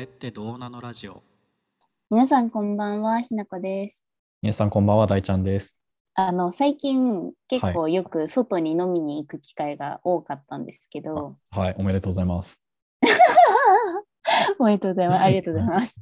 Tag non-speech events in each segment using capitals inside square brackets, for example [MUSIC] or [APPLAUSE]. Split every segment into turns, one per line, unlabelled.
ってどうなのラジオ。
皆さんこんばんは、ひな [LAUGHS] こです。
皆さんこんばんは、大ちゃんです。
あの、最近結構よく外に飲みに行く機会が多かったんですけど、
はい、おめでとうございます。
おめでとうございます。ありがとうございます。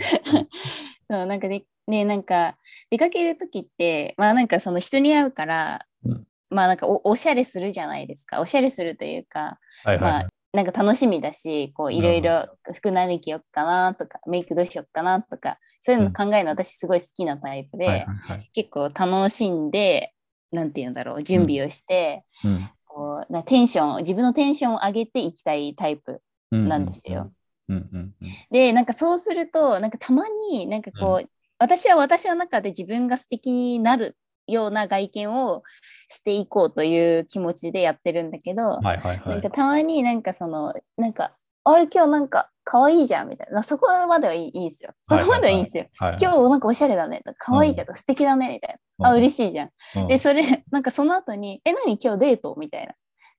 [LAUGHS] そう、なんかね、ね、なんか出かける時って、まあなんかその人に会うから、
うん
まあなんかおおしゃれするじゃないですか。おしゃれするというか、
はいはい、
ま
はい
あなんか楽しみだし、こういろい
な
ろ服何着よっかなとか、メイクどうしよっかなとか、そういうの考えるの私すごい好きなタイプで、
はいはいはい。
結構楽しんでなんて言うんだろう準備をして、
うん
こうなテンション自分のテンションを上げていきたいタイプ
う
なんですよ。
うんうんうん。
でなんかそうするとなんかたまになんかこう、私は私の中で自分が素敵になるような外見をしていこうという気持ちでやってるんだけど、
はいはいは
なん
い
か。たまになんかそのなんかあれ今日なんか可愛いじゃんみたいなそこまではいいいいんですよそこまではいいんですよ、
はいはい
今日なんかおしゃれだねとか可愛いじゃんとか素敵だねみたいな、あ嬉しいじゃん
うん
で、それ、 [LAUGHS] なんかその後に、え、何今日デートみたいな。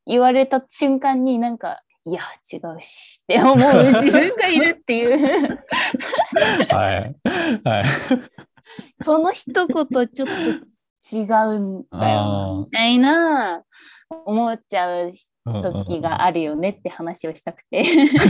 言われた瞬間になんか、いや、違うしって思う自分がいるっていう、
はい。はい。
その一言ちょっと違うんだ
あー
よ、みたいな、思っちゃう時が
あ
あるよねって話をしたくて。
[LAUGHS]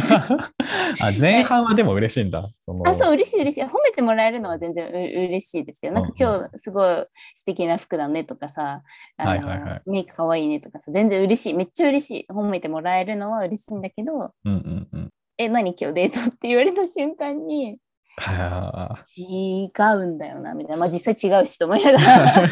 あ前半はでも嬉しいんだ。その
あ、そう、嬉しい嬉しい。褒めてもらえるのは全然う嬉しいですよ。な
う
んか
んう
今日すごい素敵な服だねとかさ、あの
はいはいはい
メイクかわいいねとかさ、全然嬉しい。めっちゃ嬉しい。褒めてもらえるのは嬉しいんだけど、
うんうんうん。
え、何今日デートって言われた瞬間に、
はいはいは
違うんだよな、みたいな。まあ実際違うしと思いな
[LAUGHS]
がら。
い。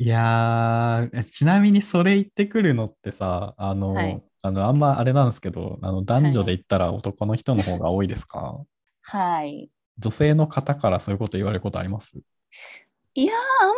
いやー、ちなみにそれ言ってくるのってさ、あの、
はい
あのあんまあれなんですけど、あの男女で言ったら男の人の方が多いですか、
はい。
女性の方からそういうこと言われることあります
いやー、あんま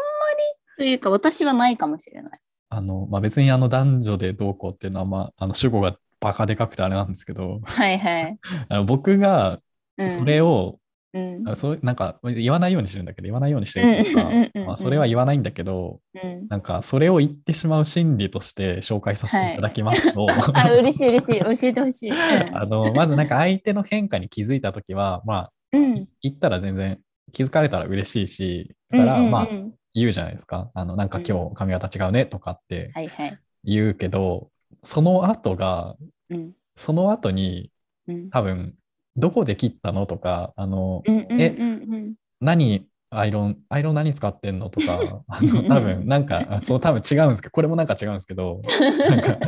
りというか、私はないかもしれない。
あの、まあ、別にあの男女でどうこうっていうのは、まあ、あの主語がバカでかくてあれなんですけど、 [LAUGHS]
はいはい。
あの僕が
うん、
それを、
うん、
あそうなんか言わないようにしてるんだけど、言わないようにしてると
うんうんうん
い
うんうん
うか、まあ、それは言わないんだけど、
うん。
なんかそれを言ってしまう心理として紹介させていただきますと、
[LAUGHS] あ、嬉しい嬉しい。教えてほしい。
あのまずなんか相手の変化に気づいたときは、ま
う
あ、
ん。うん
い言ったら全然気づかれたら嬉しいし、だから、
うんうんうん
まあ、言うじゃないですか。あの、なんか今日髪型違うねとかって
はいはい。
言うけど、その後が、
うん。
その後に
うん。
多分どこで切ったのとかあの
うんうんうん
え
うん
何アイロンアイロン何使ってんの
[LAUGHS]
とかあの
うん
多分なんかあそう多分違うんですけどこれもなんか違うんですけどなんか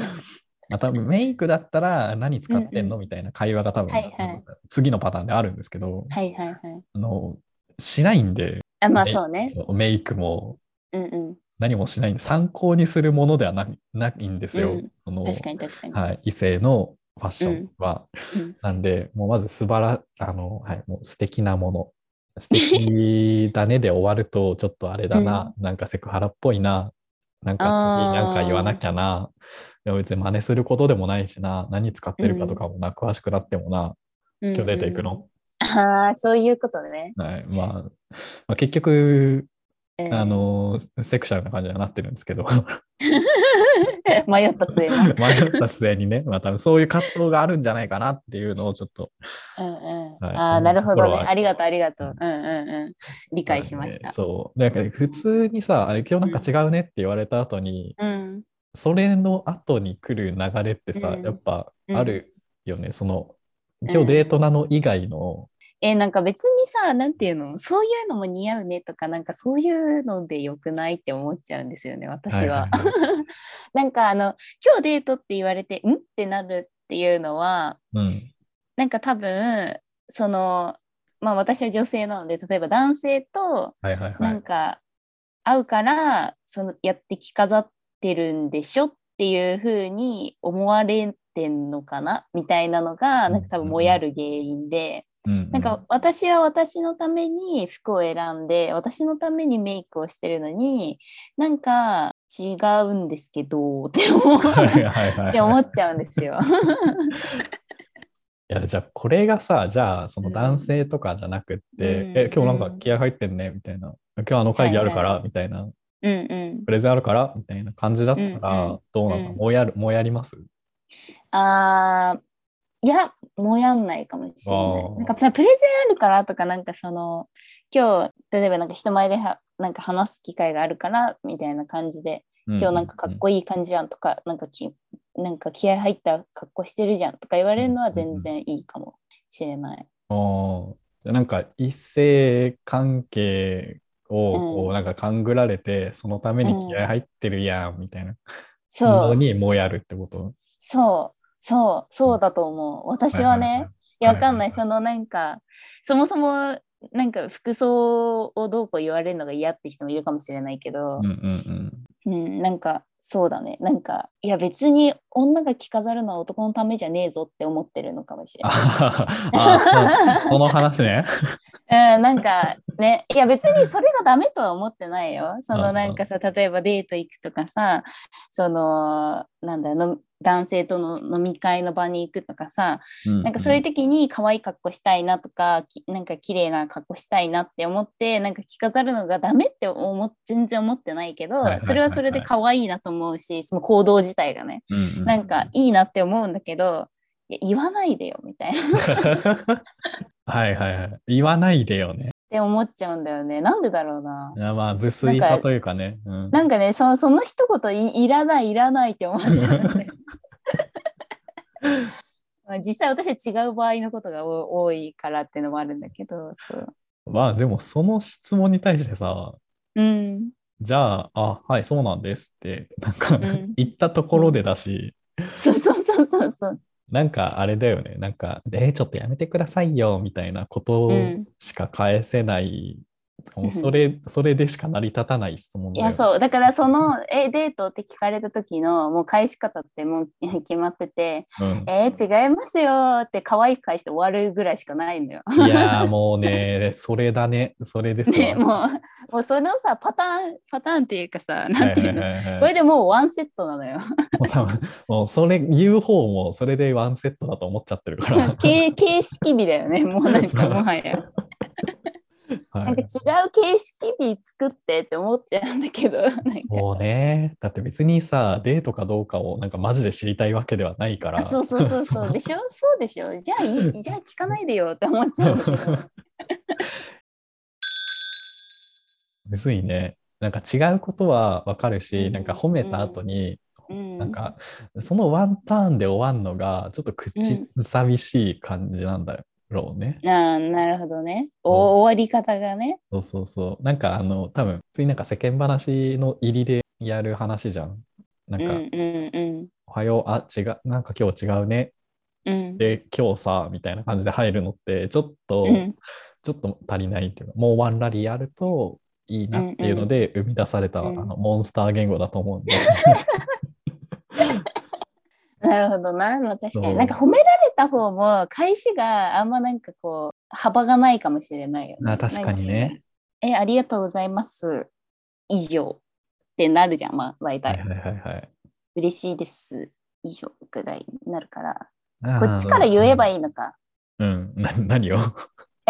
まあ多分メイクだったら何使ってんのみたいな会話が多分、
はいはい
次のパターンであるんですけど、
[LAUGHS] はいはいはい。
あのしないんで
あ、まあそうね。
メイクも
うんう
何もしないんで参考にするものではなないんですよ、
うん
その
ん。確かに確かに。
はい、異性のファッションは。
うん
なんで、もうまず素晴ら、あの、はい、もう素敵なもの。素敵だねで終わると、ちょっとあれだ
[LAUGHS]
な、なんかセクハラっぽいな、なんか次
あー
なんか言わなきゃな、でも別に真似することでもないしな、何使ってるかとかもな、詳しくなってもな、
うん
今日出ていくの。
ああ、そういうことね。
はい、まあ、まあ、結局、
うん
あ、の、セクシャルな感じにはなってるんですけど、
[LAUGHS] 迷った末
[LAUGHS]
の。
迷った末にね、まあ多分そういう葛藤があるんじゃないかなっていうのをちょっと
うんうん
はい
ああ、なるほ
そん
ど
なところ
ね。
は
ありがとう、ありがとう。うんうんうん。理 [LAUGHS] 解しまし
なん
た
で。そう。だから普通にさ、あれ今日なんか違うねって言われた後に、
うん。
それの後に来る流れってさ、
うん
やっぱあるよね。その、今日デートなの以外の、
えーなんか別にさ、なんていうの、そういうのも似合うねとか、なんかそういうのでよくないって思っちゃうんですよね、私
は
は。
いはいは
[LAUGHS] なんかあの、今日デートって言われて、んってなるっていうのは、
うん。
なんか多分、その、まあ私は女性なので、例えば男性と、
はいはいは。
ないんか会うからそのやって着飾ってるんでしょっていう風に思われてんのかなみたいなのが
うん
なんか多分もやる原因で、
うんうん
なんか私は私のために服を選んで私のためにメイクをしてるのになんか違うんですけど [LAUGHS] って思う
はいはいはいはい。
って思っちゃうんで
[LAUGHS]
すよ。
いやじゃあこれがさじゃあその
うん
男性とかじゃなくって、
うん
え今日なんか気合入ってんねみたいな今日あの会議あるから、
はい
みたいな
うんうん、
プレゼンあるからみたいな感じだった
うんう
ら、
ん
どうなんですか、
うん
もうやるもうやります
あーいや、もやんないかもしれない
あ。ー
なんかさ、プレゼンあるからとか、なんかその、今日、例えばなんか人前ではなんか話す機会があるから、みたいな感じで、今日なんかかっこいい感じやんとか、なんかき、なんか気合入った格好してるじゃんとか言われるのは全然いいかもしれない。
うんうんあーじゃあなんか異性関係をこうなんか勘ぐられて、そのために気合入ってるやんみたいな
そ
の
う、
にもやるってこと
そう、そう、そうだと思う。私はね、
いいい
いや、わかんな
はい
い。
は
そのなんか、そもそも、なんか服装をどうこう言われるのが嫌って人もいるかもしれないけど
う、んうん
[LAUGHS] うん、なんか、そうだね。なんか、いや、別に女が着飾るのは男のためじゃねえぞって思ってるのかもしれ
あ
ない。
あそその話ね。
うん、なんかね、いや別にそれがダメとは思ってないよ。そ
うんう
の
ん
なんかさ、例えばデート行くとかさ、その、なんだの、男性との飲み会の場に行くとかさ、なんかそういう時に可愛い格好したいなとか、きなんか綺麗な格好したいなって思って、なんか着飾るのがダメって思っ全然思ってないけど
はいはいはいは、い
それはそれで可愛いなと思うし、その行動自体がね、
うんうん
なんかいいなって思うんだけど、いや言わないでよみたいなっ
[LAUGHS] はいはいはい。言わないでよね。
て思っちゃうんだよね。なんでだろうな。
あまあ、無粋
なん
さ
か
というかね。うん
なんかね、そその一言いいらない、いらないって思っちゃ
[LAUGHS]
うんだよまあ実際私は違う場合のことが多多いからっていうのもあるんだけど、そう。
まあ、でもその質問に対してさ、
うん。
じゃあ、あ、はい、そうなんですって、なんか、
ん
[LAUGHS] 言ったところでだし、
そうそうそうそうそう。
なんかあれだよね、なんか、えーちょっとやめてくださいよ、みたいなこと
うん
しか返せない、もううんそれ、それでしか成り立たない質問
い
だよ
や
ね。
そうだからそのえデートって聞かれた時のもう返し方ってもう [LAUGHS] 決まってて
うん
「えー、違いますよ」って可愛く返して終わるぐらいしかないのよ。
いやーもう
[LAUGHS]
ね、それだね、それですわ
ねもうもうそのさパターンパターンっていうかさ
は
なん
い
てい
は
う
い
の
はいはい
これでもうワンセットなのよ。
もう多分、もうそれ、言う方もそれでワンセットだと思っちゃってるから。
形形式美だよ
[LAUGHS]
ねもうなんかもはや。
は
なんか
い
違、
う
形式美作ってって思っちゃうんだけ
[LAUGHS]
どなんか
そうね。だって別にさ、デートかどうかをなんかマジで知りたいわけではないから。
あそうそうそうそう
[LAUGHS]
でしょそうでしょじゃあいいじゃあ聞かないでよって思っちゃうんだけ
[LAUGHS]
ど。
むずいね。なんか違うことはわかるし、
うん
なんか褒めた後に、
うん
なんかそのワンターンで終わんのがちょっと口ずさみしい感じなんだろうね。
ああ、なるほどね。
そう
お終わり方がね。
そうそうそう。なんかあの多分普通になんか世間話の入りでやる話じゃん。な
うんん
か、
うんうん。
おはよう、あ、違う、なんか今日違うね。
うん、
で、今日さ、みたいな感じで入るのって、ちょっと、
うん
ちょっと足りないっていうか、もうワンラリーやるといいなっていうので、生み出された、
うん
あのモンスター言語だと思うん
[LAUGHS]
で。
なるほどな。まあ確か
そう
に。なんか褒められた方も、返しがあんまなんかこう、幅がないかもしれないよね。
あ確かにね。
なんか。え、ありがとうございます。以上。ってなるじゃん、まあ、大
はい
体。
はいはいはい。
嬉しいです。以上ぐらいになるから。
あ
こ
ー
っちから言えばいいのか。
うん、な何を、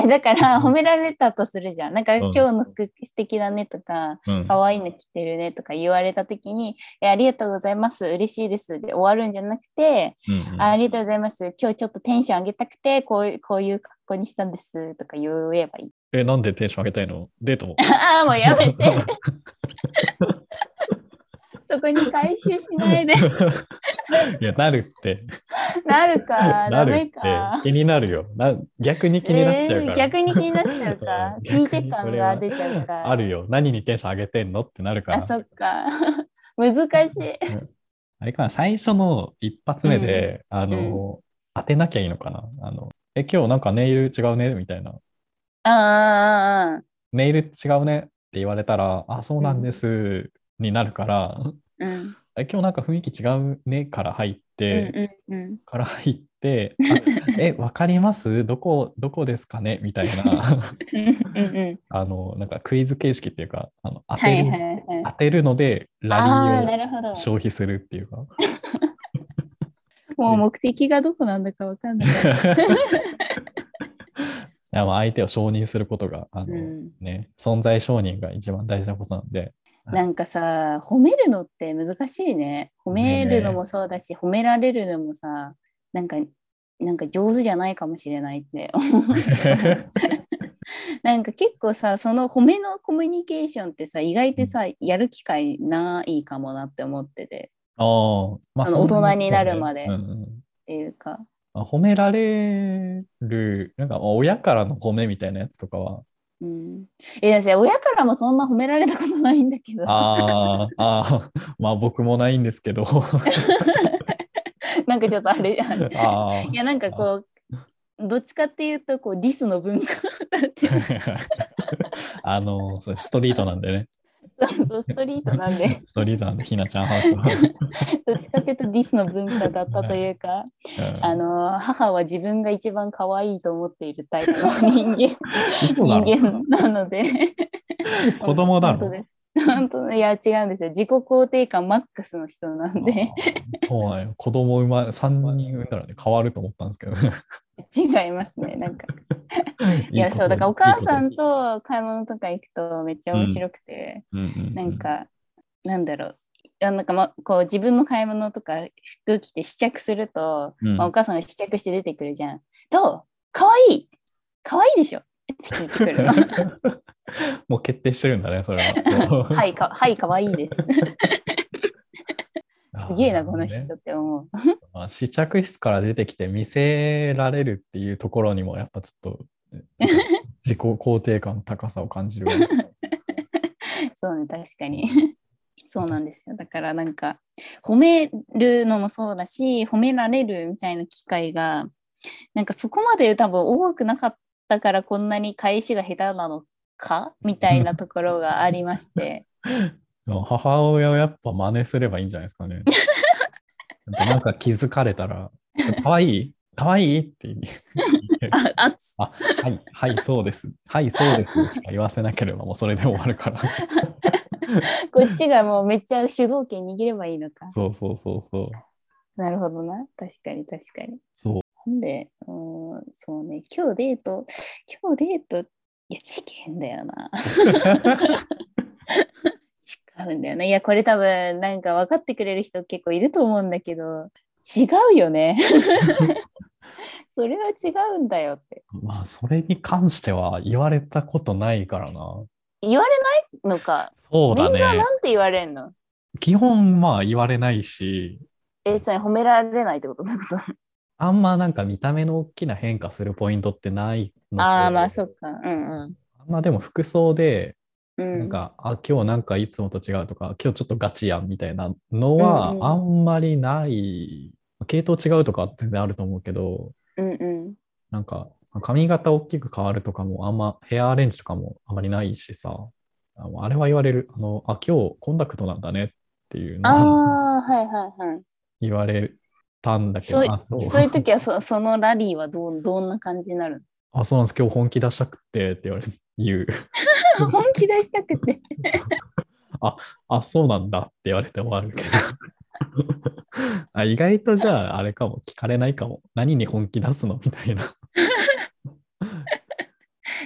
えだから、褒められたとするじゃん。なんか、
うん
今日の服素敵だねとか、
うん、
可愛いの着てるねとか言われた時に、えありがとうございます、嬉しいですで終わるんじゃなくて、
うんうん
ありがとうございます、今日ちょっとテンション上げたくて、こういうこういう格好にしたんですとか言えばいい。 [LAUGHS]
え、なんでテンション上げたいのデートも。
ああ、もう
[LAUGHS]
やめて、そこに回収しないで。
いや、なるって。
なる
[LAUGHS]
か、
な
ダ
るっ
メ
て
か。
気になるよな。逆に気になっちゃうから。
えー逆に気になっちゃうか
[LAUGHS] 。逆
聞
に
いて
そ
感
れ
が
は
出ちゃうか。
あるよ。何にテンション上げてんのってなるから。
あ、そっか。 [LAUGHS] 難しい。
あれかな、最初の一発目で、あの、
うん
当てなきゃいいのかな。あの、え、今日なんかネイル違うねみたいな。
ああ、
ネイル違うねって言われたら、あ、そうなんです、になるから、
うんうん
え、今日なんか雰囲気違うねから入っ
うん
て、
うんうん。
から入って、
[LAUGHS]
あえ、わかりますどこ、どこですかねみたいな、 [LAUGHS]
うんうんうん。
あの、なんかクイズ形式っていうか、あの当
は
て
い
る、
はいはい。
当てるので、
ああ
ラ
ー、
リー
なるほど
を。消費するっていうか。
もう目的がどこなんだかわかんない。
いやまあ相手を承認することが、あの、
うん
ね、存在承認が一番大事なことなん
[LAUGHS]
で、
なんかさ、褒めるのって難しいね。褒めるのもそうだし、褒められるのもさ、なんかなんか上手じゃないかもしれないって [LAUGHS] 思うなんか結構さその褒めのコミュニケーションってさ意外とさやる機会ないかもなって思ってて
ああ、ま
あの
そんこと
大人になるまで
うんうん
っていうか
あ褒められる、なんか親からの褒めみたいなやつとか
[LAUGHS]
は、
うんえ私親からもそんな褒められたことないんだけど
あーあー、まあ僕もないんですけど、
[LAUGHS] なんかちょっとあれ
[LAUGHS]
あれ
あ
いやなんかこうどっちかっていうとこうディスの文化 [LAUGHS] だって
ーあの、それストリートなんでね、
そうそうストリートな
[LAUGHS]
んで
ストリートなんで、ひなちゃんハウスは。
[LAUGHS] どっちかっていうとディスの文化だったというか
うん
あの母は自分が一番可愛いと思っているタイプの人間
嘘だろ
人間なので
[LAUGHS] 子供だろ
本当です本当いや違うんですよ自己肯定感マックスの人なんで
あーそうなんよ。子供生まれ、3人産んだらね、変わると思ったんですけどね。
違いますねなんかい
い
や
こと
そうだからお母さ
い
ん
いこと
買い物とか行くとめっちゃ面白くて、
とです、ううう
なん、かなんだろうあなんかま、こう自分の買い物とか服着て試着すると、
うん
まあ、お母さんが試着して出てくるじゃん。どうかわいいかわいいでしょって聞いてく
[LAUGHS]
るの。
[LAUGHS] もう決定してるんだね、それは。
[LAUGHS] はい、かはい、かわいいです。
[LAUGHS]
[LAUGHS]
あー
すげえな、この人
るほどね
って思う。
まあ、試着室から出てきて見せられるっていうところにも、やっぱちょっ
[LAUGHS]
と自己肯定感の高さを感じ
[LAUGHS]
るわ。
そうね、確かに。 [LAUGHS] そうなんですよ。だからなんか、褒めるのもそうだし、褒められるみたいな機会が、なんかそこまで多分多くなかったから、こんなに返しが下手なのかみたいなところがありま
[LAUGHS]
して。
母親をやっぱ真似すればいいんじゃないですか
[LAUGHS]
ね。やっぱなんか気づかれたら、かわいいかわいいって言う。
あ、あつ
あはい、はい、そうです。はい、そうです。しか言わせなければもうそれで終わるから。
[LAUGHS] こっちがもうめっちゃ主導権握ればいいのか。
そうそうそうそう。 [LAUGHS]
なるほどな。確かに確かに。
そう。
なんで、うーん、そうね、今日デート、今日デート、いや、事件だよな。違うんだよね。いや、これ多分、なんか分かってくれる人結構いると思うんだけど、違う
[LAUGHS]
よね。それは違うんだよって。
まあ、それに関しては言われたことないからな。
言われないのか。
そうだ
メンズは
ね。
なんて言われんの
基本、まあ、言われないし、
え、それ褒められないってことだこと
あんまなんか見た目の大きな変化するポイントってないのと
ああ、まあ、そっか。うんうん。
あんまでも服装で、
うん、
なんか、あ、今日なんかいつもと違うとか、今日ちょっとガチやんみたいなのは、
うんうん
あんまりない。系統違うとかは全然あると思うけど、
うんうん。
なんか髪型大きく変わるとかもあんまヘアアレンジとかもあまりないしさあのあれは言われるあのあ今日コンタクトなんだねっていう
あ
のを
あ、はいはいはい。
言われたんだけど
そうい
あそう
そういう時はそそのラリーはどうどんな感じになる
あそうなんです今日本気出したくてって言われ言う [LAUGHS]
の本気出したくて。
あそうなんだって言われて終わるけど [LAUGHS] あ意外とじゃああれかも聞かれないかも何に本気出すのみたいな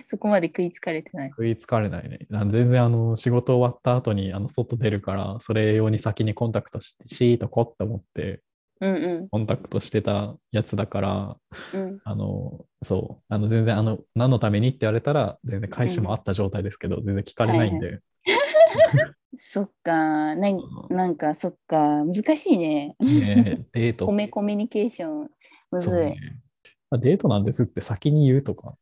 そこまで食いつかれてない。
食いつかれないね。なん全然あの仕事終わった後にあの外出るから、それ用に先にコンタクトしシーとこって思って、
うんう
コンタクトしてたやつだから、
んうん。
あの、そう、あの全然あの、何のためにって言われたら、全然返しもあった状態ですけど、全然聞かれないんで、
そっか、なんなんかそっか、難しいね。
ねえデー
[LAUGHS]
ト
コメコミュニケーション、むずい。
そうねまあデートなんですって先に言うとか、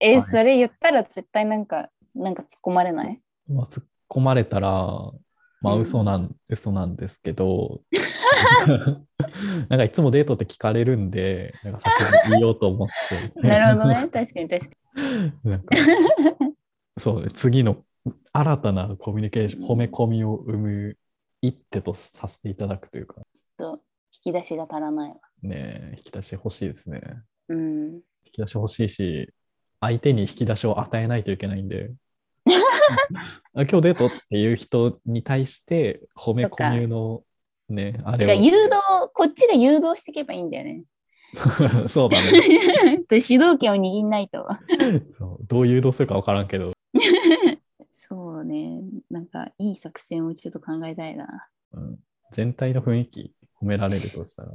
え、
はい
それ言ったら絶対なんか、なんか突っ込まれない
まあ、突っ込まれたら、まあ
うん
嘘なん、嘘なんですけど、
[LAUGHS]
[LAUGHS] なんかいつもデートって聞かれるんで、なんか先に言おうと思って。
なるほどね。 [LAUGHS] 確かに確か
なんか、そうね、次の新たなコミュニケーション、褒め込みを生む一手とさせていただくというか、
に。ちょっと引き出しが足らないわ。
ね、引き出し欲しいですね。
うん。
引き出し欲しいし、相手に引き出しを与えないといけないんで。あ今日デートっていう人に対して褒め込みのね、あ
だから
れ
誘導、こっちが誘導していけばいいんだ
[LAUGHS]
よね。
を [LAUGHS] そうだね
で主導権を握んないと。 [LAUGHS]
そう。どう誘導するか分からんけど、
そうね。なんか、いい作戦をちょっと考えたいな。
うん全体の雰囲気褒められるとしたら。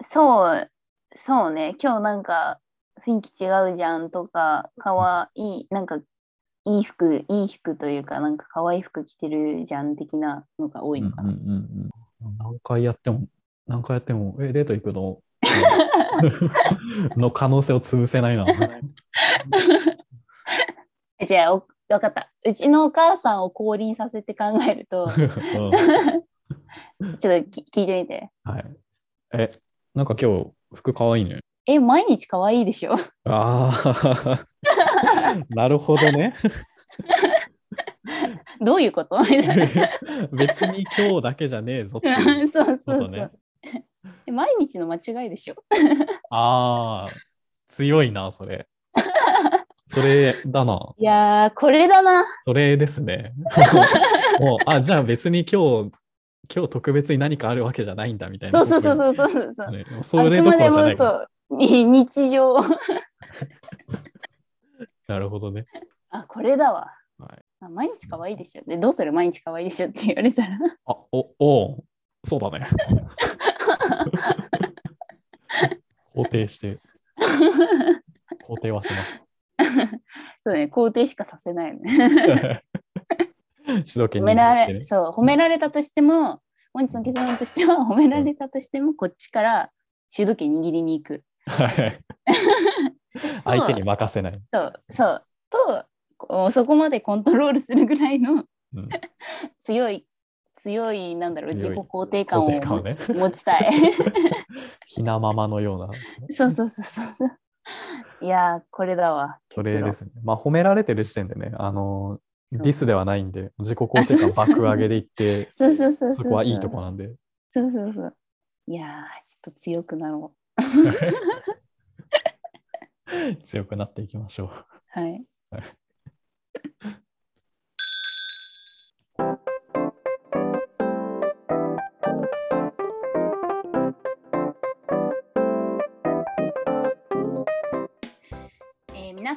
そう、そうね今日なんか雰囲気違うじゃんとかかわいいなんかいい服いい服というかなんか可愛い服着てるじゃん的なのが多いのかな、
うんうんうんうん、何回やっても何回やってもえデート行く
[LAUGHS]
のの可能性を潰せないな
じゃあお分かったうちのお母さんを降臨させて考える
[LAUGHS]
とちょっとき聞いてみて
はいえなんか今日服かわいいね
え毎日可愛いでしょ [LAUGHS]
ああ [LAUGHS] なるほど
[LAUGHS]
ね
どうい
[LAUGHS]
うことみたいな
別に今日だけじゃねえぞって
そう
いう
そう
こ
そう
とね
え毎日の間違いでしょ
ああ強いなそれそれだない
やーこれだな
それですね [LAUGHS] もうあじゃあ別に今日今日特別に何かあるわけじゃないんだみたいな
そうそうそうそうそうそうそう、
ねそ
あ
れ
く
どこ
ま
ろじ
で
ゃな
も
いか
そ
ら
うに日常
なるほどね、
あこれだわ
はい、
あ毎日可愛いでしょでどうする毎日可愛いでしょって言われたら [LAUGHS]
あおおうそうだね [LAUGHS] 肯定して肯定はしま
[LAUGHS]
す
そうね肯定しかさせないよね
主導権
褒めら
握って
れ
ね
そう褒められたとしても本日の結論としては褒められたとしてもこっちから主導権握りに行く
はい
[LAUGHS]
相手に任せない、
とそうとこうそこまでコントロールするぐらいの [LAUGHS]
うん
強い強いなんだろう
強い
自己肯定感を
肯定感を
持
ね
ち,、持ちた
[LAUGHS]
い
ひなままのような
そうそうそうそうそういやーこれだわ
それですすねまあ褒められてる時点でねあの
そう
ディスではないんで自己肯定感爆上げでいって
[LAUGHS] そうそうそう
そうこはいいとこなんで
そうそうそういやーちょっと強くなろ
強くなっていきましょう
うはいえー皆